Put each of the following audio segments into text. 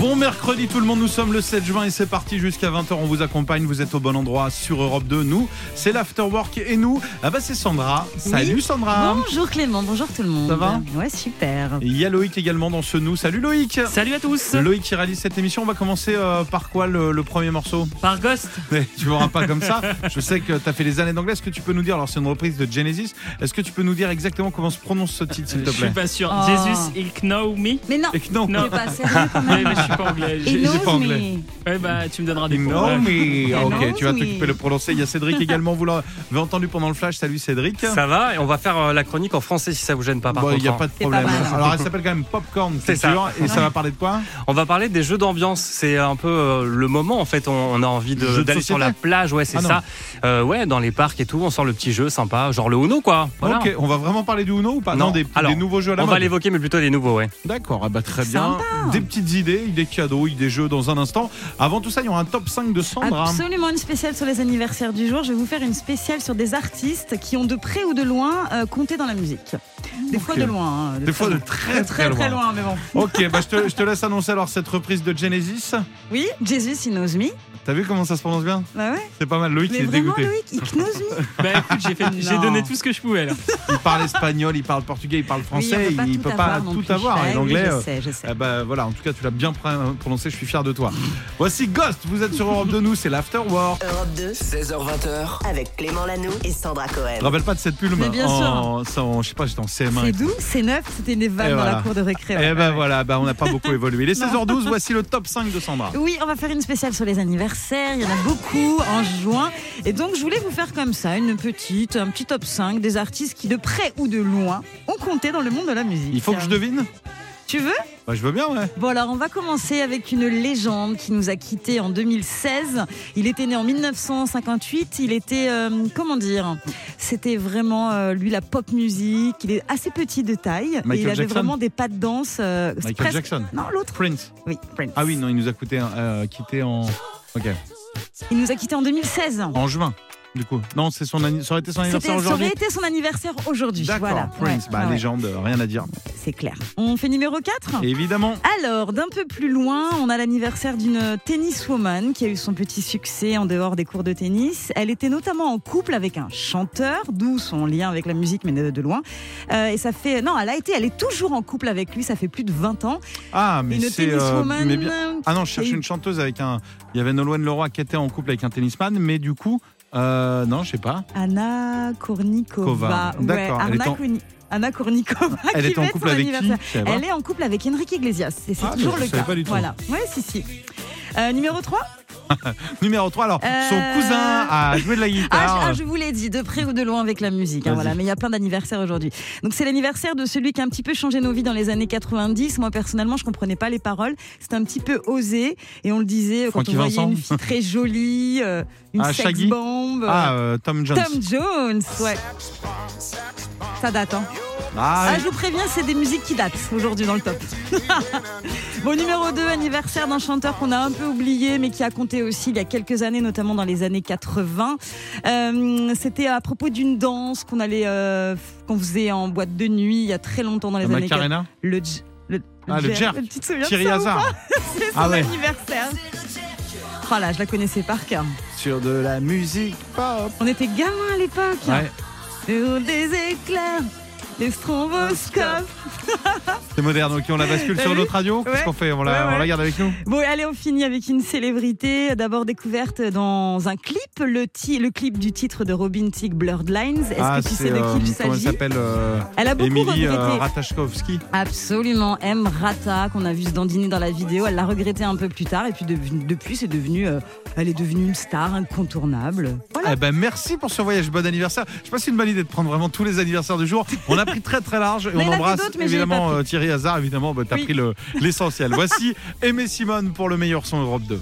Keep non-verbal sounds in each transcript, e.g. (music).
Bon mercredi tout le monde, nous sommes le 7 juin et c'est parti jusqu'à 20h, on vous accompagne, vous êtes au bon endroit sur Europe 2, nous, c'est l'afterwork et nous, ah bah c'est Sandra. Salut Sandra Bonjour Clément, bonjour tout le monde. Ça va Ouais, super. Et Il y a Loïc également dans ce nous, salut Loïc Salut à tous Loïc qui réalise cette émission, on va commencer euh, par quoi le, le premier morceau Par Ghost Mais Tu m'auras pas comme (laughs) ça, je sais que tu as fait les années d'anglais, est-ce que tu peux nous dire, alors c'est une reprise de Genesis, est-ce que tu peux nous dire exactement comment se prononce ce titre s'il Euh, te Je suis plaît pas sûr. Oh. Jesus, il know me Mais non, Et que non, Non. t'es pas sérieux quand Ouais, (laughs) même. mais je suis (laughs) pas anglais. Il J'ai- knows j'ai- c'est pas knows anglais. me. Ouais, bah, tu me donneras des cours. Non, Ouais. mais Ah, ok, non, tu vas oui. t'occuper de le prononcer. Il y a Cédric également, vous l'avez entendu pendant le flash. Salut Cédric. Ça va, et on va faire euh, la chronique en français si ça vous gêne pas. Par Bon, il contre, n'y Bah, a hein. pas de C'est pas problème. mal. Alors, elle s'appelle quand même Popcorn C'est ça. Culture et ça va parler de quoi hein. On va parler des jeux d'ambiance. C'est un peu euh, le moment en fait. On, on a envie Jeux de de- d'aller sur la société plage, ouais, c'est Ah, non. ça. Euh, ouais, dans les parcs et tout, on sort le petit jeu sympa, genre le Uno quoi. Voilà. Ok, on va vraiment parler du Uno ou pas Non. des, des Alors, nouveaux jeux à la On mode. va l'évoquer, mais plutôt des nouveaux, ouais. D'accord, ah bah très bien. Sympa. Des petites idées, des cadeaux, des jeux dans un instant. Avant tout ça, il y aura un top 5 de Sandra. Absolument une spéciale sur les anniversaires du jour. Je vais vous faire une spéciale sur des artistes qui ont de près ou de loin euh, compté dans la musique. Des fois Ok. de loin. hein, Des fois de très très, loin. très loin, mais bon. Ok, bah je te, je te laisse annoncer alors cette reprise de Genesis. Oui, Jesus, il knows me. T'as vu comment ça se prononce bien Bah ouais. C'est pas mal, Loïc il Mais est vraiment, dégoûté. Loïc, il (laughs) knows me. Bah écoute, (laughs) j'ai fait- j'ai Non. donné tout ce que je (laughs) pouvais là. Il parle espagnol, il parle portugais, il parle français, Oui, on il tout peut pas non tout plus. avoir. Ouais, Et oui, l'anglais, Je euh, sais, je sais. Ah bah voilà, en tout cas tu l'as bien pr- prononcé, je suis fier de toi. Voici Ghost, vous êtes sur Europe de nous, c'est l'Afterwork. Europe 2, 16h20h, avec Clément Lano et Sandra Je Cohen. rappelle pas de cette plume. Mais bien en, ça, en- je sais pas, j'étais en CM1. C'est doux, c'est neuf, c'était une vanne Et dans voilà. la cour de récré. Eh ouais. ben voilà, bah on n'a pas beaucoup évolué. (laughs) Les 16h12, voici le top 5 de Sandra. Oui, on va faire une spéciale sur les anniversaires. Il y en a beaucoup en juin. Et donc, je voulais vous faire comme ça, une petite, un petit top 5 des artistes qui, de près ou de loin, ont compté dans le monde de la musique. Il faut que je devine Tu veux Bah je veux bien, ouais. Bon, alors, on va commencer avec une légende qui nous a quittés en 2016. Il était né en 1958. Il était, euh, comment dire C'était vraiment, euh, lui, la pop musique. Il est assez petit de taille. Michael et il avait Jackson vraiment des pas de danse. euh, Michael presque- Jackson. Non, l'autre. Prince. Oui, Prince. Ah oui, non, il nous a coûté, un- euh, quitté en. Ok. Il nous a quittés en 2016. En juin, du coup. Non, c'est son anni- ça aurait été son C'était- anniversaire Ça aurait aujourd'hui. été son anniversaire aujourd'hui. D'accord, Voilà. Prince, Ouais, Ah. bah ouais, légende, euh, rien à dire. C'est clair. On fait numéro 4 Évidemment. alors, d'un peu plus loin, on a l'anniversaire d'une tenniswoman qui a eu son petit succès en dehors des cours de tennis. Elle était notamment en couple avec un chanteur, d'où son lien avec la musique, mais de, de loin. Euh, et ça fait. Non, elle a été, elle est toujours en couple avec lui, ça fait plus de 20 ans. Ah, Et mais une c'est. euh, tenniswoman. mais bien- Ah non, je cherche Et- une chanteuse avec un. Il y avait Nolwenn Leroy qui était en couple avec un tennisman, mais du coup, euh, non, je sais pas. Ah, Anna Kova. Kournikova. D'accord, elle Anna, est en- Kourni- Anna Kournikova. Elle qui était en fête couple son avec qui anniversaire. Je savais pas. Elle est en couple avec Enrique Iglesias. Et c'est Ah, mais toujours je le savais cas. pas du tout. Voilà. Ouais, si, si. Euh, numéro 3 Numéro 3, alors, son Euh, cousin a joué de la ah, guitare. je, ah, je vous l'ai dit, de près ou de loin avec la musique. hein, Vas-y. voilà. Mais il y a plein d'anniversaires aujourd'hui. Donc c'est l'anniversaire de celui qui a un petit peu changé nos vies dans les années 90. Moi personnellement, je comprenais pas les paroles. C'était un petit peu osé. Et on le disait euh, quand Francky on voyait Vincent une fille très jolie, euh, une Ah, sex Shaggy bombe. euh, Ah, euh, Tom Jones. Tom Jones, ouais. Ça date, hein. Ah, Ah, je vous préviens, c'est des musiques qui datent aujourd'hui dans le top. (laughs) bon, numéro 2, anniversaire d'un chanteur qu'on a un peu oublié, mais qui a compté aussi il y a quelques années, notamment dans les années 80. Euh, C'était à propos d'une danse qu'on allait, euh, qu'on faisait en boîte de nuit il y a très longtemps dans les années 80. Macarena Le, j- le, Ah, le jerk. Tu te souviens de Thierry ça ou Hazard. pas C'est son Ah ouais. anniversaire. Oh là, je la connaissais par cœur. Sur de la musique pop. On était gamins à l'époque. Ouais, Sur des éclairs, les stromboscopes. c'est moderne. Ok, on la bascule T'as sur vu l'autre radio. Qu'est-ce Ouais. qu'on fait on la, Ouais, ouais. on la garde avec nous Bon, et allez, on finit avec une célébrité d'abord découverte dans un clip, le, ti- le clip du titre de Robin Thicke, Blurred Lines. Est-ce Ah, que tu c'est, sais de euh, qui il Comment elle s'agit s'appelle euh, Elle a beaucoup Émilie regretté. euh, Ratajkowski. Absolument, M. Rata, qu'on a vu se dandiner dans la vidéo, elle l'a regretté un peu plus tard, et puis dev- depuis, c'est devenu, euh, elle est devenue une star incontournable. Voilà. Eh ben merci pour ce voyage, bon anniversaire. Je sais pas si c'est une bonne idée de prendre vraiment tous les anniversaires du jour. On a pris très très large et Mais on il y en a embrasse d'autres, mais je l'ai évidemment pas pris. euh, Thierry Hazard, évidemment, bah, t'as Oui. (laughs) pris le- l'essentiel. Voici Aimé Simone pour le meilleur son Europe 2.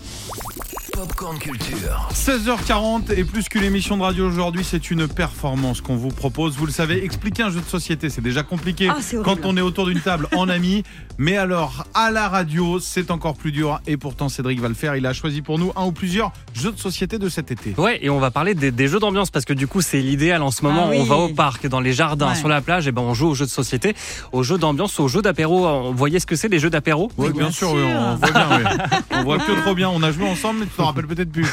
Popcorn Culture. 16h40 et plus qu'une émission de radio aujourd'hui, c'est une performance qu'on vous propose. Vous le savez, expliquer un jeu de société, c'est déjà compliqué Ah, c'est horrible. quand on est autour d'une table en amis. Mais alors, à la radio, c'est encore plus dur. Et pourtant, Cédric va le faire. Il a choisi pour nous un ou plusieurs jeux de société de cet été. Ouais, et on va parler des, des jeux d'ambiance parce que du coup, c'est l'idéal en ce moment. Ah oui. On va au parc, dans les jardins, Ouais. sur la plage, et ben on joue aux jeux de société, aux jeux d'ambiance, aux jeux d'apéro. On- Vous voyez ce que c'est les jeux d'apéro Oui, bien bien sûr, sûr. oui, on voit bien. oui. (laughs) On voit que trop bien. On a joué ensemble, mais tu t'en rappelles peut-être plus.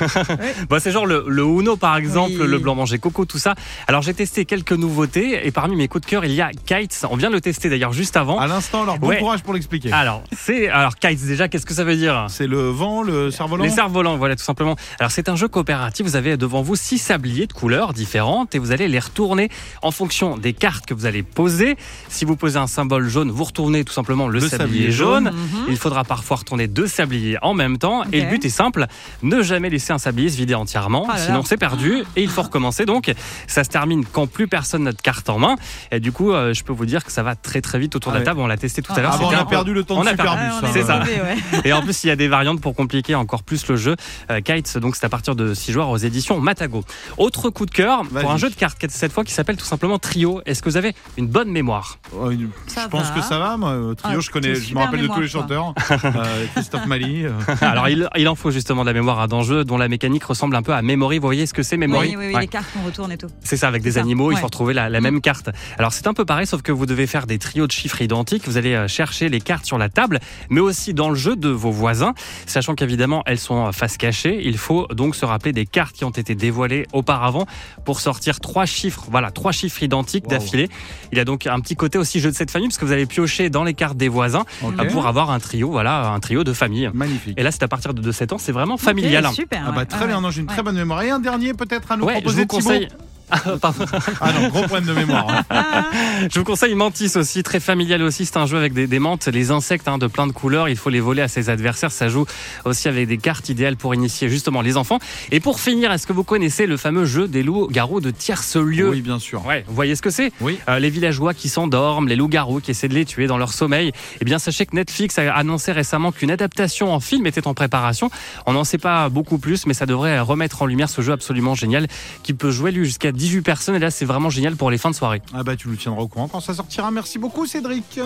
bah, C'est genre le, le Uno par exemple, Oui. le blanc manger coco, tout ça. Alors j'ai testé quelques nouveautés et parmi mes coups de cœur, il y a Kites. On vient de le tester d'ailleurs juste avant. À l'instant, alors bon Ouais. Ah. courage pour l'expliquer. Alors, c'est alors Kites déjà, qu'est-ce que ça veut dire C'est le vent, le cerf-volant Les cerfs-volants, voilà tout simplement. Alors c'est un jeu coopératif, vous avez devant vous six sabliers de couleurs différentes et vous allez les retourner en fonction des cartes que vous allez poser. Si vous posez un symbole jaune, vous retournez tout simplement le, Le sablier sablier, jaune. Mhm. Il faudra parfois retourner deux sabliers en même temps et Ok. le but est simple, ne jamais laisser un sablier se vider entièrement, Ah là là. sinon c'est perdu et il faut recommencer donc ça se termine quand plus personne n'a de carte en main et du coup euh, je peux vous dire que ça va très très vite autour Ah de ouais. la table, on l'a testé tout Ah, à l'heure. Avant, on c'était a un- perdu le temps on de a perdu. Superbus. Ah, on hein. est c'est ça. crevé, ouais. Et en plus, il y a des variantes pour compliquer encore plus le jeu. Euh, Kites, donc c'est à partir de 6 joueurs aux éditions Matago. Autre coup de cœur Vas-y. pour un jeu de cartes cette fois qui s'appelle tout simplement Trio. Est-ce que vous avez une bonne mémoire Oh, une- Ça je pense va. que ça va, moi. Euh, Trio, Ah, je connais, t'es je me super rappelle de tous les mémoire, chanteurs. Euh, Christophe Mali. euh. Alors il, il en faut justement de la mémoire à d'un jeu dont la mécanique ressemble un peu à Memory. Vous voyez ce que c'est Memory Oui, oui, oui, Ouais. les cartes qu'on retourne et tout. C'est ça, avec C'est des ça, animaux, il ouais. Mm. faut retrouver la, la même carte. Alors c'est un peu pareil, sauf que vous devez faire des trios de chiffres identiques. Vous allez euh, chercher les cartes sur la table, mais aussi dans le jeu de vos voisins, sachant qu'évidemment elles sont euh, face cachée. Il faut donc se rappeler des cartes qui ont été dévoilées auparavant pour sortir trois chiffres, voilà, trois chiffres identiques Wow. d'affilée. Il y a donc un petit côté aussi jeu de cette famille, parce que vous allez piocher dans les cartes des voisins Ah, Ok. euh, pour avoir un trio, voilà, un trio de famille. Magnifique. Et là, c'est à partir de 7 ans, c'est vraiment familial. Ok, super. Ah bah ouais, très ouais, bien, ouais. non, j'ai une très Ouais. bonne mémoire. Et un dernier peut-être à nous Ouais, je proposer vous Thibaut. conseille. Ah, pardon. Ah non, gros problème de mémoire. (laughs) hein. Je vous conseille Mantis aussi, très familial aussi. C'est un jeu avec des, des menthes, les insectes hein, de plein de couleurs. Il faut les voler à ses adversaires. Ça joue aussi avec des cartes idéales pour initier justement les enfants. Et pour finir, est-ce que vous connaissez le fameux jeu des loups-garous de tierce-lieu Oui, bien sûr. Ouais, vous voyez ce que c'est Oui. Euh, Les villageois qui s'endorment, les loups-garous qui essaient de les tuer dans leur sommeil. Eh bien, sachez que Netflix a annoncé récemment qu'une adaptation en film était en préparation. On n'en sait pas beaucoup plus, mais ça devrait remettre en lumière ce jeu absolument génial qui peut jouer lui jusqu'à 18 personnes. Et là, c'est vraiment génial pour les fins de soirée. Ah bah tu nous tiendras au courant quand ça sortira. Merci beaucoup Cédric.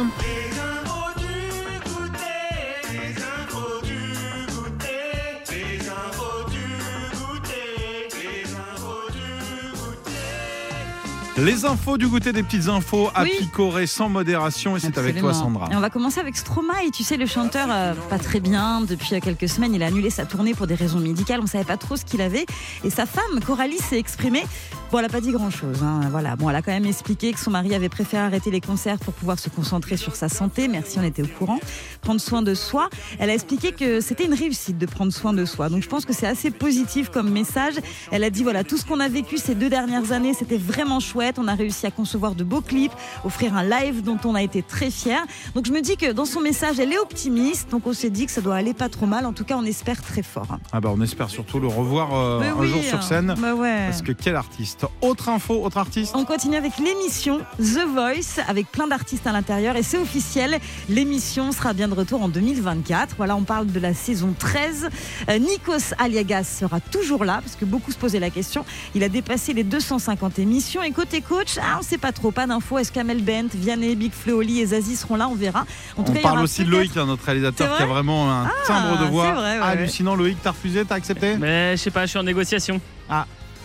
Les infos du goûter des petites infos à Oui. picorer sans modération et c'est avec toi Absolument. Sandra. Et on va commencer avec Stromae. Tu sais, le chanteur, euh, pas très bien. Depuis euh, quelques semaines, il a annulé sa tournée pour des raisons médicales. On savait pas trop ce qu'il avait. Et sa femme, Coralie, s'est exprimée. Bon, elle a pas dit grand-chose. hein. Voilà. Bon, elle a quand même expliqué que son mari avait préféré arrêter les concerts pour pouvoir se concentrer sur sa santé. Merci, on était au courant. Prendre soin de soi. Elle a expliqué que c'était une réussite de prendre soin de soi. Donc, je pense que c'est assez positif comme message. Elle a dit voilà, tout ce qu'on a vécu ces deux dernières années, c'était vraiment chouette. On a réussi à concevoir de beaux clips, offrir un live dont on a été très fiers. Donc je me dis que dans son message, elle est optimiste. Donc on s'est dit que ça doit aller pas trop mal. En tout cas, on espère très fort. Ah bah on espère surtout le revoir euh, Mais un oui, jour sur scène. bah ouais. Parce que quel artiste Autre info, autre artiste On continue avec l'émission The Voice avec plein d'artistes à l'intérieur et c'est officiel. L'émission sera bien de retour en 2024. Voilà, on parle de la saison 13. Euh, Nikos Aliagas sera toujours là parce que beaucoup se posaient la question. Il a dépassé les 250 émissions et côté coach, ah, on sait pas trop, pas d'infos. Est-ce qu'Amel Bent, Vianney, Big Fleoli et Zazie seront là On verra. En On tout cas, il y parle aura aussi de peut-être- Loïc, hein, notre réalisateur, C'est vrai Ah, qui a vraiment un timbre de c'est voix vrai, ouais, ouais. hallucinant. Loïc, t'as refusé, t'as accepté Mais je sais pas, je suis en négociation.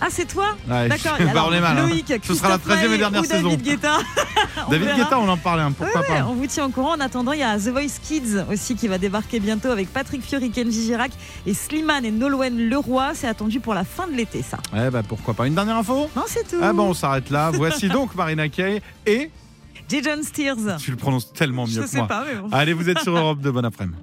Ah, c'est toi Ouais, D'accord. je- bah, alors, on est mal. hein. Loïc, Ce sera la Christophe 13e et Maé dernière ou saison. (laughs) David Guetta. (laughs) Ah, On David verra. Guetta, on en parlait, hein, pourquoi Ouais, pas on vous tient au courant. En attendant, il y a The Voice Kids aussi qui va débarquer bientôt avec Patrick Fiori, Kenji Girac et Slimane et Nolwenn Leroy. C'est attendu pour la fin de l'été, ça. Ouais, bah pourquoi pas. Une dernière info Non, c'est tout. Ah bon, on s'arrête là. Voici donc Marina Kaye et J. John Steers. tu le prononces tellement Je mieux que sais moi. Ah, pas, mais bon. Allez, vous êtes sur Europe de bon après-midi.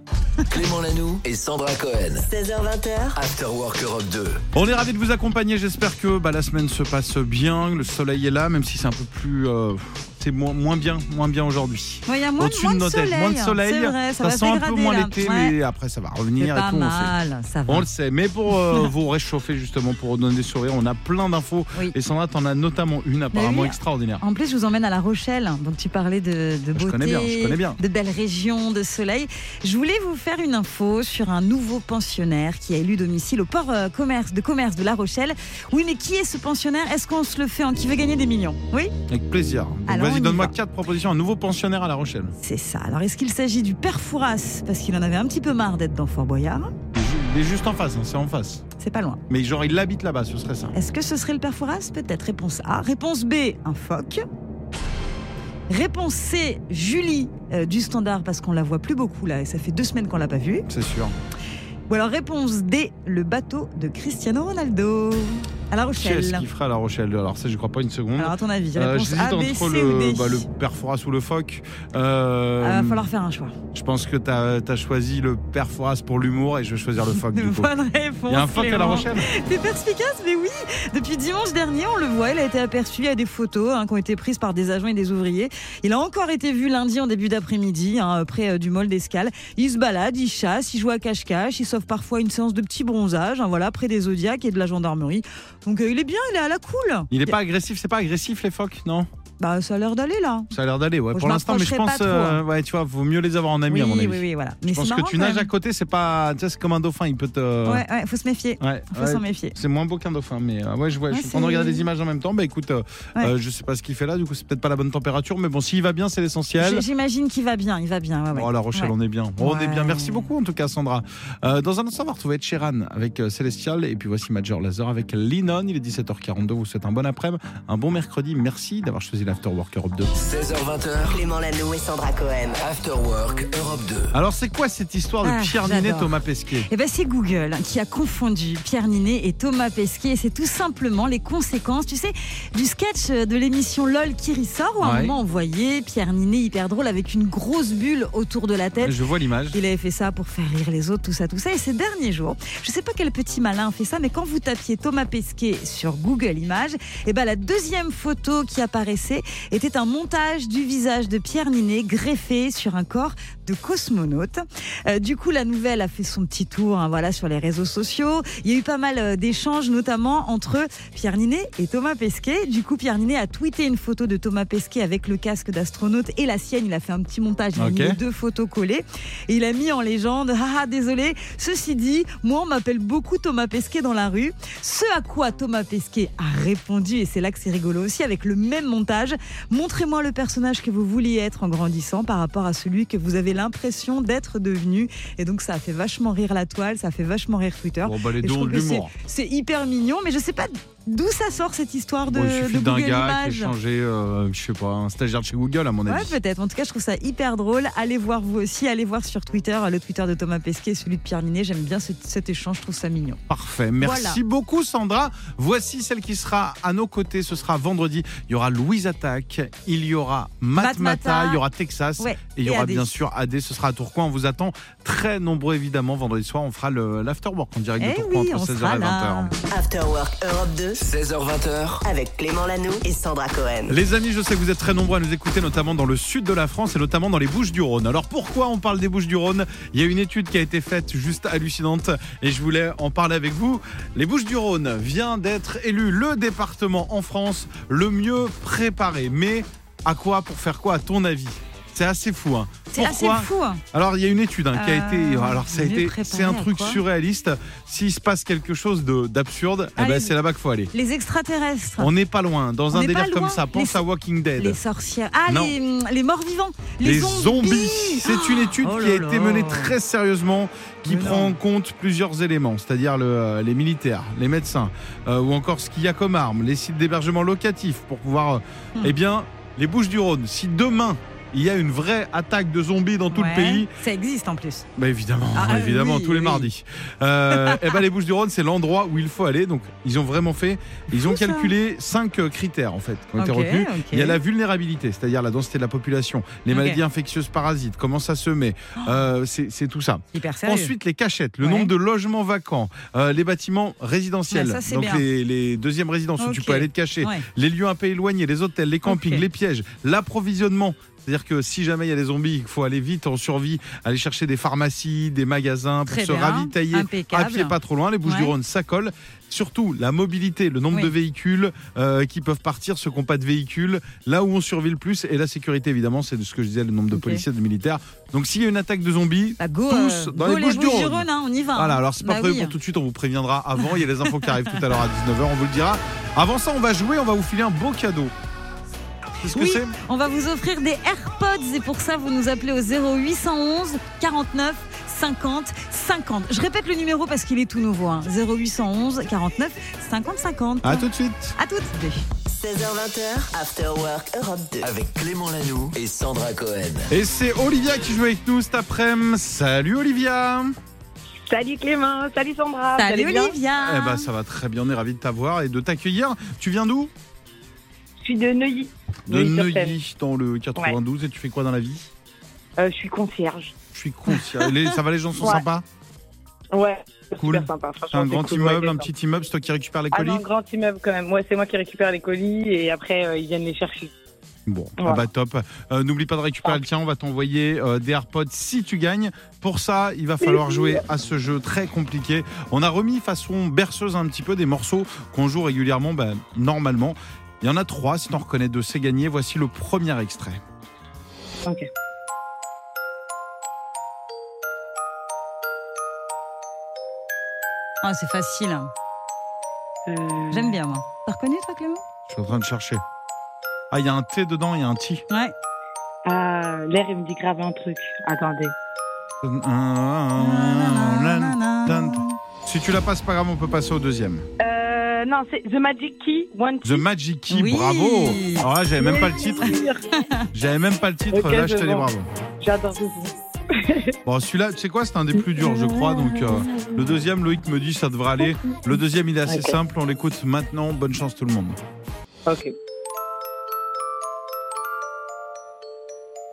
Clément Lanoux et Sandra Cohen. 16h20h, After Work Europe 2. On est ravis de vous accompagner. J'espère que bah, la semaine se passe bien. Le soleil est là, même si c'est un peu plus. euh, c'était mo- moins bien, moins bien aujourd'hui. Ouais, il y a moins, de- Au-dessus moins de nos têtes, moins de soleil. C'est vrai, ça, Ça, va se sent un peu dégrader, moins là. l'été, Ouais. mais après ça va C'est revenir et pas tout. on sait. mal, ça va. On le sait, mais pour (laughs) euh, vous réchauffer justement, pour vous donner des sourires, on a plein d'infos. Oui. Et Sandra, t'en as notamment une apparemment oui. extraordinaire. En plus, je vous emmène à La Rochelle. Donc, tu parlais de, de beauté, connais bien, je connais bien. de belles régions, de soleil. Je voulais vous faire une info sur un nouveau pensionnaire qui a élu domicile au port euh, commerce, de commerce de La Rochelle. Oui, mais qui est ce pensionnaire Est-ce qu'on se le fait en qui veut gagner des millions Oui, Avec plaisir. Donc, Alors, on Vas-y, y donne-moi va. quatre propositions. Un nouveau pensionnaire à La Rochelle. c'est ça. Alors, est-ce qu'il s'agit du père Fouras Parce qu'il en avait un petit peu marre d'être dans Fort Boyard. Il est ju- Il est juste en face, hein, c'est en face. C'est pas loin. Mais genre, il habite là-bas, ce serait ça. Est-ce que ce serait le père Fouras Peut-être. Réponse A. Réponse B, un phoque. Réponse C, Julie euh, du standard parce qu'on la voit plus beaucoup là et ça fait deux semaines qu'on l'a pas vue. C'est sûr. Ou alors réponse D, le bateau de Cristiano Ronaldo à La Qui est-ce Rochelle. qui ferait à La Rochelle Alors, ça, je crois pas une seconde. Alors à ton avis, Euh, réponse J'hésite A, B, entre C ou D le, bah, le perforas ou le phoque. Il Euh, va falloir faire un choix. Je pense que t'as as choisi le perforas pour l'humour et je vais choisir le phoque (laughs) du coup. Bonne réponse. Il y a un phoque à La Clément. Rochelle (laughs) C'est perspicace, mais oui Depuis dimanche dernier, on le voit, il a été aperçu, il y a des photos hein, qui ont été prises par des agents et des ouvriers. Il a encore été vu lundi en début d'après-midi, hein, près euh, du mall d'Escale. Il se balade, il chasse, il joue à cache-cache, il sauve parfois une séance de petit bronzage, hein, voilà, près des Zodiacs et de la gendarmerie. Donc euh, il est bien, il est à la cool Il est pas agressif, c'est pas agressif les phoques, non Bah ça a l'air d'aller là Ça a l'air d'aller, ouais. Bon, je pour l'instant, mais je pense, m'approcherai pas trop, hein. euh, ouais, tu vois, vaut mieux les avoir en ami oui, à mon avis. oui, oui, voilà. Mais Je pense c'est que marrant, tu quand nages à même. côté, c'est pas, tu sais, c'est comme un dauphin, il peut te. Ouais, ouais, faut se méfier. Ouais, Faut ouais. s'en méfier. C'est moins beau qu'un dauphin, mais euh, ouais, je, vois, je Ouais, suis en train de c'est- regarder des images en même temps. Bah écoute, euh, Ouais. euh, je sais pas ce qu'il fait là, du coup, c'est peut-être pas la bonne température, mais bon, s'il va bien, c'est l'essentiel. J- J'imagine qu'il va bien, il va bien. ouais, ouais. Oh, la Rochelle, Ouais. on est bien. Oh, On est bien. Ouais. Merci beaucoup, en tout cas, Sandra. Euh, dans un instant, on va retrouver Cheran avec euh, Célestial. Et puis voici Major Laser avec Linon. Il est 17h42. Vous souhaite un bon après-midi, un bon mercredi. Merci d'avoir choisi l'After Work Europe 2. 16h20h, Clément Lano et Sandra Cohen. After Work Europe 2. Alors, c'est quoi cette histoire de Ah, Pierre Ninet, j'adore. Thomas Pesquet Eh ben, c'est Google qui a confondu Pierre Ninet et Thomas Pesquet. Et c'est tout simplement les conséquences, tu sais, du sketch euh, de l'émission LOL qui ressort où à Ouais. un moment on voyait Pierre Ninet hyper drôle avec une grosse bulle autour de la tête. Je vois l'image. Il avait fait ça pour faire rire les autres, tout ça, tout ça. Et ces derniers jours, je ne sais pas quel petit malin fait ça, mais quand vous tapiez Thomas Pesquet sur Google Images, eh ben la deuxième photo qui apparaissait était un montage du visage de Pierre Ninet greffé sur un corps de cosmonaute. Euh, du coup, la nouvelle a fait son petit tour hein, voilà, sur les réseaux sociaux. Il y a eu pas mal euh, d'échanges, notamment entre Pierre Ninet et Thomas Pesquet. Du coup, Pierre Ninet a tweeté une photo de Thomas Pesquet avec le casque d'astronaute et la sienne. Il a fait un petit montage, il a mis Ok. les deux photos collées. Et il a mis en légende (laughs) Haha, désolé. Ceci dit, moi, on m'appelle beaucoup Thomas Pesquet dans la rue. Ce à quoi Thomas Pesquet a répondu, et c'est là que c'est rigolo aussi, avec le même montage Montrez-moi le personnage que vous vouliez être en grandissant par rapport à celui que vous avez l'impression d'être devenu. Et donc, ça a fait vachement rire la toile, ça a fait vachement rire Twitter. Bon, bah, les Et je deux ont trouve de que c'est- l'humour. C'est hyper mignon, mais je sais pas d'où ça sort cette histoire de, Bon, il suffit de d'un gars Google qui a Images. changé, euh, je sais pas, un stagiaire de chez Google, à mon Ouais, avis. peut-être. En tout cas, je trouve ça hyper drôle. Allez voir vous aussi. Allez voir sur Twitter euh, le Twitter de Thomas Pesquet, celui de Pierre Ninet. J'aime bien ce- cet échange. Je trouve ça mignon. Parfait. Merci Voilà. beaucoup, Sandra. Voici celle qui sera à nos côtés. Ce sera vendredi. Il y aura Louise Attaque, il y aura Matt Matt Mata. Mata, il y aura Texas. Ouais. Et il y aura AD. bien sûr AD, ce sera à Tourcoing. On vous attend très nombreux évidemment. Vendredi soir, on fera le- l'afterwork en direct de Eh Tourcoing oui, entre on 16h sera et là. 20h. After Work Europe 2 16h20h, avec Clément Lano et Sandra Cohen. Les amis, je sais que vous êtes très nombreux à nous écouter, notamment dans le sud de la France et notamment dans les Bouches-du-Rhône. Alors pourquoi on parle des Bouches-du-Rhône Il y a une étude qui a été faite juste hallucinante et je voulais en parler avec vous. Les Bouches-du-Rhône vient d'être élu le département en France le mieux préparé. Mais à quoi pour faire quoi à ton avis c'est assez fou. Hein. C'est assez Pourquoi fou. hein. Alors il y a une étude hein, qui a Euh, été, alors ça a mieux été, préparé c'est un à truc quoi surréaliste. S'il se passe quelque chose de- d'absurde, eh ben, Allez-y. c'est là-bas qu'il faut aller. Les extraterrestres. On n'est pas loin. Dans On un n'est pas délire comme loin. ça, pense Les- à Walking Dead. Les sorcières. Ah, Non. les, hum, les morts vivants. Les, Les zombies. C'est une étude Oh qui a là été là. menée très sérieusement, qui Mais prend non. en compte plusieurs éléments, c'est-à-dire le, euh, les militaires, les médecins, euh, ou encore ce qu'il y a comme arme, les sites d'hébergement locatif pour pouvoir. euh, Hmm. Eh bien, les Bouches du Rhône, si demain il y a une vraie attaque de zombies dans tout Ouais. le pays. Ça existe en plus. Bah évidemment, Ah, évidemment, oui, tous les oui. mardis. Euh, (laughs) et ben les Bouches-du-Rhône, c'est l'endroit où il faut aller. Donc ils ont vraiment fait, ils ont fou, ça. calculé cinq euh, critères en fait qui ont été Ok, retenus. ok. Il y a la vulnérabilité, c'est-à-dire la densité de la population, les Ok. Oh. maladies infectieuses, parasites, comment ça se met, euh, c'est c'est tout ça. Hyper sérieux. Ensuite, les cachettes, le Ouais. nombre de logements vacants, euh, les bâtiments résidentiels, Ouais, Ah, ça, c'est donc bien. les, les deuxièmes résidences où tu Ok. peux aller te cacher, Ouais. les lieux un peu éloignés, les hôtels, les campings, Ok. les pièges, l'approvisionnement. C'est-à-dire que si jamais il y a des zombies, il faut aller vite en survie, aller chercher des pharmacies, des magasins pour Très se bien, ravitailler. impeccable. À pied, pas trop loin. Les Bouches-du-Rhône, ça colle. Surtout, la mobilité, le nombre Oui. de véhicules euh, qui peuvent partir, ceux qui n'ont pas de véhicules, là où on survit le plus, et la sécurité, évidemment, c'est de ce que je disais, le nombre de Ok. policiers, de militaires. Donc s'il y a une attaque de zombies, Bah, go, tous euh, dans go les Bouches-du-Rhône. Bouches-du-Rhône, hein, on y va. voilà, alors c'est pas Bah prévu oui. pour tout de suite, on vous préviendra avant. Il y a les infos qui arrivent tout à l'heure à 19h, on vous le dira. Avant ça, on va jouer, on va vous filer un beau cadeau. Qu'est-ce que Oui, c'est on va vous offrir des AirPods et pour ça, vous nous appelez au 0811 49 50 50. Je répète le numéro parce qu'il est tout nouveau. hein. 0811 49 50 50. À tout de suite. À toutes. 16h20, After Work Europe 2. Avec Clément Lanoux et Sandra Cohen. Et c'est Olivia qui joue avec nous cet après-midi. Salut Olivia Salut Clément, salut Sandra. vous allez Salut bien Olivia. Eh ben ça va très bien, on est ravis de t'avoir et de t'accueillir. Tu viens d'où Je suis de Neuilly. De Neuilly-sur-Seine. Neuilly dans le 92 et tu fais quoi dans la vie Euh, je suis concierge. Je suis con. (laughs) Les- ça va les gens sont Ouais. sympas Ouais, Cool. super sympa. franchement, C'est un grand cool, immeuble, ouais, un petit immeuble, c'est toi qui récupères les Ah colis non, grand immeuble quand même. Moi, c'est moi qui récupère les colis et après, euh, ils viennent les chercher. Bon, Voilà. ah bah top. Euh, N'oublie pas de récupérer le tien, on va t'envoyer euh, des AirPods si tu gagnes. Pour ça, il va falloir jouer à ce jeu très compliqué. On a remis façon berceuse un petit peu des morceaux qu'on joue régulièrement, bah, normalement. Il y en a trois, si t'en reconnais deux, c'est gagné. Voici le premier extrait. Ok. Ah, c'est facile. hein. Euh, J'aime bien moi. T'as reconnu toi Clément Je suis en train de chercher. Ah, il y a un T dedans, il y a un T. Ouais. Ah, l'air, il me dit grave un truc. Attendez. Si tu l'as pas, c'est pas grave, on peut passer au deuxième. Euh, non, c'est The Magic Key, One The Magic Key, Oui. bravo Alors là, j'avais même pas le titre. Key. J'avais même pas le titre, Ok, là je je te dis vois. bravo. J'adore ce son. Bon, celui-là, tu sais quoi, c'est un des plus durs, je crois. Donc, euh, le deuxième, Loïc me dit, ça devrait aller. Le deuxième, il est assez Ok. simple. On l'écoute maintenant. Bonne chance, tout le monde. Ok.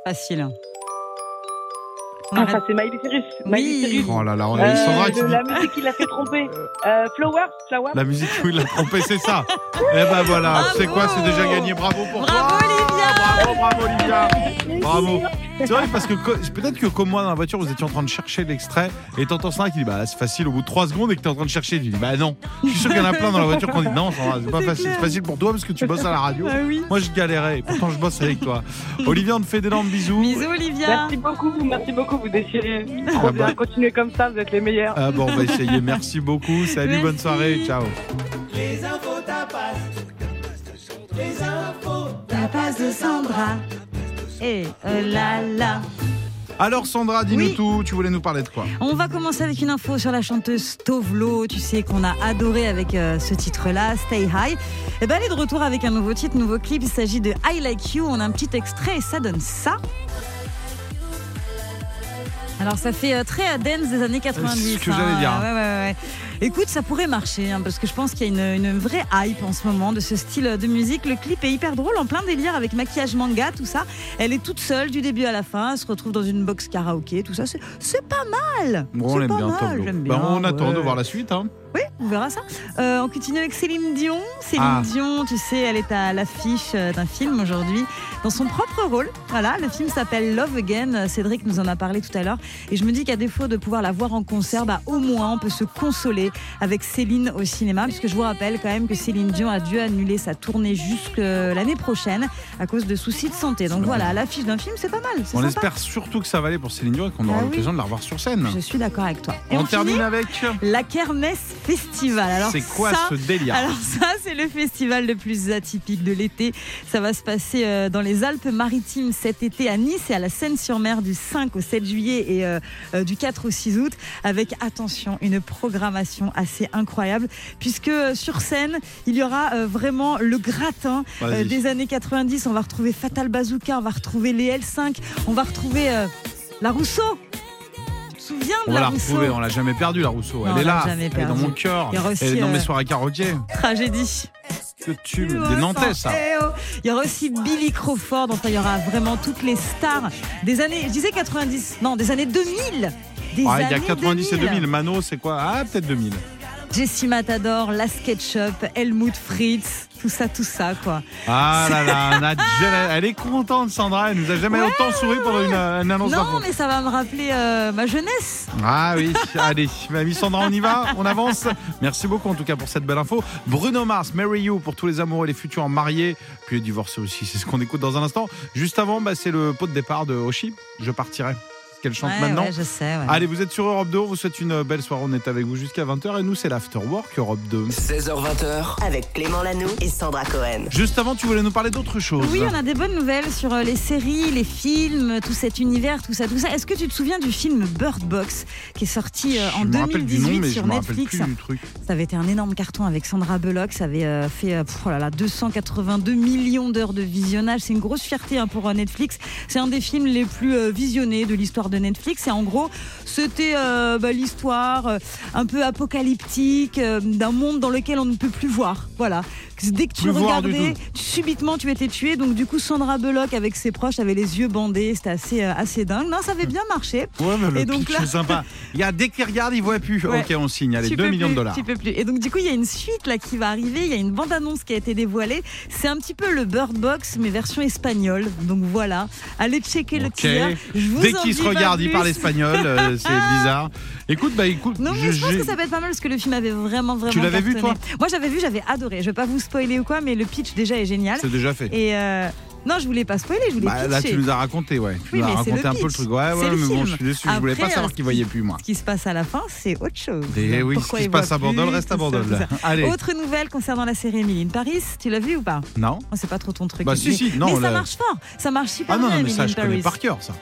Facile. On Ah, arrête. ça, c'est Miley Cyrus. Oui. Miley Cyrus. Oh là là, on a eu Sandra Euh, qui de dit. la musique, il l'a (laughs) fait tromper. Euh, Flowers, Flowers. La musique, oui, l'a trompé, c'est ça. Eh ben voilà, tu sais quoi, c'est déjà gagné. Bravo pour Bravo, toi. Olivia. Bravo, bravo, Olivia. Bravo. C'est vrai, parce que co- peut-être que comme moi dans la voiture, vous étiez en train de chercher l'extrait et t'entends ça qui dit bah c'est facile au bout de 3 secondes et que t'es en train de chercher. Tu dis bah non. Je suis sûr qu'il y en a plein dans la voiture qu'on dit non, Sandra, c'est pas facile. C'est facile pour toi parce que tu bosses à la radio. Ah oui. Moi, je galérais. et Pourtant, je bosse avec toi. Olivier, on te fait d'énormes bisous. Bisous Olivia. Merci beaucoup, merci beaucoup, vous déchirez. Trop Ah bah. bien, continuez comme ça, vous êtes les meilleurs. Ah bon, on va (laughs) essayer. Merci beaucoup. Salut, Merci. bonne soirée. Ciao. La passe de Sandra. Et euh, là là. Alors, Sandra, dis-nous Oui. tout. Tu voulais nous parler de quoi On va commencer avec une info sur la chanteuse Tovlo, tu sais qu'on a adoré avec euh, ce titre-là, Stay High. Et ben elle est de retour avec un nouveau titre, nouveau clip, il s'agit de I Like You, on a un petit extrait et ça donne ça. Alors ça fait euh, très à dance des années 90. C'est ce que j'allais dire. Ouais, ouais, ouais. Écoute, ça pourrait marcher hein, parce que je pense qu'il y a une, une vraie hype en ce moment de ce style de musique. Le clip est hyper drôle, en plein délire avec maquillage manga, tout ça. Elle est toute seule du début à la fin, elle se retrouve dans une box karaoké, tout ça. C'est- C'est pas mal. Bon, on C'est l'aime pas bien, mal, Tableau. j'aime Bah, bien, on attend ouais. de voir la suite. hein. Oui, on verra ça. Euh, on continue avec Céline Dion. Céline Ah. Dion, tu sais, elle est à l'affiche euh, d'un film aujourd'hui, dans son propre rôle. Voilà, le film s'appelle Love Again. Euh, Cédric nous en a parlé tout à l'heure. Et je me dis qu'à défaut de pouvoir la voir en concert, bah, au moins on peut se consoler avec Céline au cinéma. Puisque je vous rappelle quand même que Céline Dion a dû annuler sa tournée jusque l'année prochaine à cause de soucis de santé. Donc voilà, à l'affiche d'un film, c'est pas mal. c'est On sympa. espère surtout que ça va aller pour Céline Dion et qu'on Ah aura oui. l'occasion de la revoir sur scène. Je suis d'accord avec toi. Et on on finit termine avec. La kermesse festival. Alors C'est quoi ça, ce délire alors ça, c'est le festival le plus atypique de l'été. Ça va se passer euh, dans les Alpes-Maritimes cet été à Nice et à la Seine-sur-Mer du 5 au 7 juillet et euh, euh, du 4 au 6 août avec, attention, une programmation assez incroyable puisque euh, sur scène, il y aura euh, vraiment le gratin euh, Vas-y. des années 90. On va retrouver Fatal Bazooka, on va retrouver les L5, on va retrouver euh, la Rousseau. Tu te souviens de On va la, la Rousseau retrouver, on l'a jamais perdue la Rousseau. Non, elle on est l'a là, jamais elle est dans perdue. mon cœur, Il y aura aussi, elle est dans mes euh, soirées karaoké. Tragédie. Que tube des Nantais ça. Eh oh. Il y aura aussi Billy Crawford, enfin il y aura vraiment toutes les stars des années, je disais 90, non des années 2000 des Ah, il y a années 90 et 2000. Mano, c'est quoi Ah, peut-être 2000. Jessie Matador, La Sketchup, Helmut Fritz, tout ça, tout ça quoi. Ah là (laughs) là, Nadja, elle est contente, Sandra. Elle nous a jamais autant souri pour une, une annonce Non d'info. mais ça va me rappeler euh, ma jeunesse. Ah oui, allez, mamie Sandra, on y va, on avance. Merci beaucoup en tout cas pour cette belle info. Bruno Mars, Marry You pour tous les amoureux et les futurs mariés, puis les divorcés aussi, c'est ce qu'on écoute dans un instant. Juste avant, bah, c'est le pot de départ de Oshi, Je partirai, C'est ce qu'elle chante Ouais, maintenant. ouais, je sais. ouais. Allez, vous êtes sur Europe 2, on vous souhaite une belle soirée, on est avec vous jusqu'à 20h et nous c'est l'Afterwork Europe 2. 16h20h, Avec Clément Lanoux et Sandra Cohen. Juste avant, tu voulais nous parler d'autre chose. Oui, on a des bonnes nouvelles sur euh, les séries, les films, tout cet univers, tout ça, tout ça. Est-ce que tu te souviens du film Bird Box qui est sorti euh, en je me rappelle du nom, 2018 mais je sur me rappelle Netflix plus du truc. Ça avait été un énorme carton avec Sandra Bullock. Ça avait euh, fait euh, pff, oh là là, 282 millions d'heures de visionnage. C'est une grosse fierté hein, pour euh, Netflix. C'est un des films les plus euh, visionnés de l'histoire de Netflix. Et en gros, c'était euh, bah, l'histoire euh, un peu apocalyptique euh, d'un monde dans lequel on ne peut plus voir. Voilà. Dès que tu Plus voir du regardais, tu- subitement tu étais tué. Donc du coup, Sandra Bullock avec ses proches avait les yeux bandés. C'était assez, euh, assez dingue. Non, ça Hum. avait bien marché. Ouais, mais le Et donc pitch là- est sympa. Il y a dès qu'ils regardent, ils voient plus. (laughs) Ouais. Ok, on signe. Allez, Tu 2 peux millions plus, de dollars. Tu peux plus. Et donc du coup, il y a une suite là qui va arriver. Il y a une bande annonce qui a été dévoilée. C'est un petit peu le Bird Box mais version espagnole. Donc voilà, allez checker le Ok. teaser. Je vous Dès en qu'ils se dis pas regardent, ils plus. Ah. parlent espagnol. euh, c'est bizarre. Écoute, bah écoute, Non mais je pense j'ai- que ça peut être pas mal parce que le film avait vraiment vraiment. Tu l'avais vu, cartonné. Moi j'avais vu, j'avais adoré. Je vais pas vous spoiler ou quoi, mais le pitch déjà est génial. c'est déjà fait. Et euh, non, je voulais pas spoiler, je voulais Bah, là, pitcher tu nous as raconté, ouais. Tu Oui, nous as mais c'est raconté le un peu le pitch. truc. Ouais, C'est ouais, le mais bon, film. je suis déçu. Je voulais pas Après, savoir euh, qu'ils voyaient plus, moi. (laughs) Ce qui se passe à la fin, c'est autre chose. Et Eh oui, ce Pourquoi qui il se passe voit à Bordeaux plus, reste à tout ça, Bordeaux. tout ça. Allez, Autre nouvelle concernant la série Emily in Paris, tu l'as vu ou pas non Oh, c'est pas trop ton truc. Bah, mais- si, si, non. mais ça là- marche fort, ça marche super Ah non, bien. non, mais Emily ça, in je connais Paris. par cœur, ça.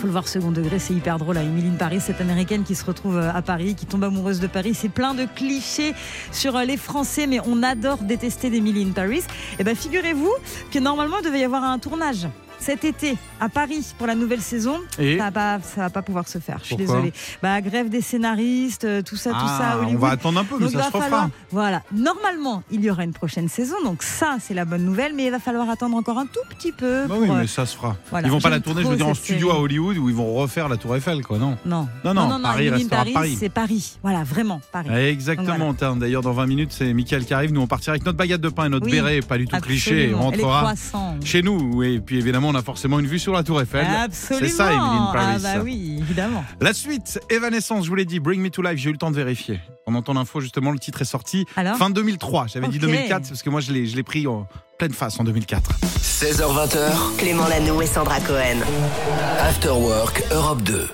Faut le voir second degré, c'est hyper drôle. hein. Emily in Paris, cette américaine qui se retrouve euh, à Paris, qui tombe amoureuse de Paris, c'est plein de clichés sur euh, les Français, mais on adore détester d'Emily in Paris. Et ben figurez-vous que normalement il devait y avoir un tournage. Cet été, à Paris, pour la nouvelle saison, Et ça va pas, ça va pas pouvoir se faire. Je suis Pourquoi désolée. Bah, grève des scénaristes, euh, tout ça, tout ça. Ah, Hollywood. on va attendre un peu, mais Donc, il ça se va refera. falloir- Voilà. Normalement, il y aura une prochaine saison, donc ça, c'est la bonne nouvelle, mais il va falloir attendre encore un tout petit peu. Bah pour, oui, euh, mais ça se fera. voilà. Ils vont pas la J'aime tourner, je trop veux dire, en cette studio à série. Hollywood où ils vont refaire la Tour Eiffel, quoi, non Non. Non, non, non, Paris Emily in restera Paris, Paris. Eh, C'est Paris. Voilà, vraiment, Paris. Ouais, Exactement, tiens, d'ailleurs dans 20 minutes c'est Mickaël qui arrive, nous on partira avec notre baguette de pain et notre Oui, béret, pas du tout cliché, on Absolument. Elle est rentrera 300. chez nous et puis évidemment on a forcément une vue sur la tour Eiffel. Absolument. C'est ça, Emily in Paris. Ah bah oui, évidemment. La suite, Evanescence, je vous l'ai dit, Bring Me to Life, j'ai eu le temps de vérifier. Pendant ton info justement le titre est sorti Alors fin 2003, j'avais dit Ok. 2004 c'est parce que moi je l'ai je l'ai pris en pleine face en 2004. 16h20h, Clément Lanoux et Sandra Cohen. After Work Europe 2.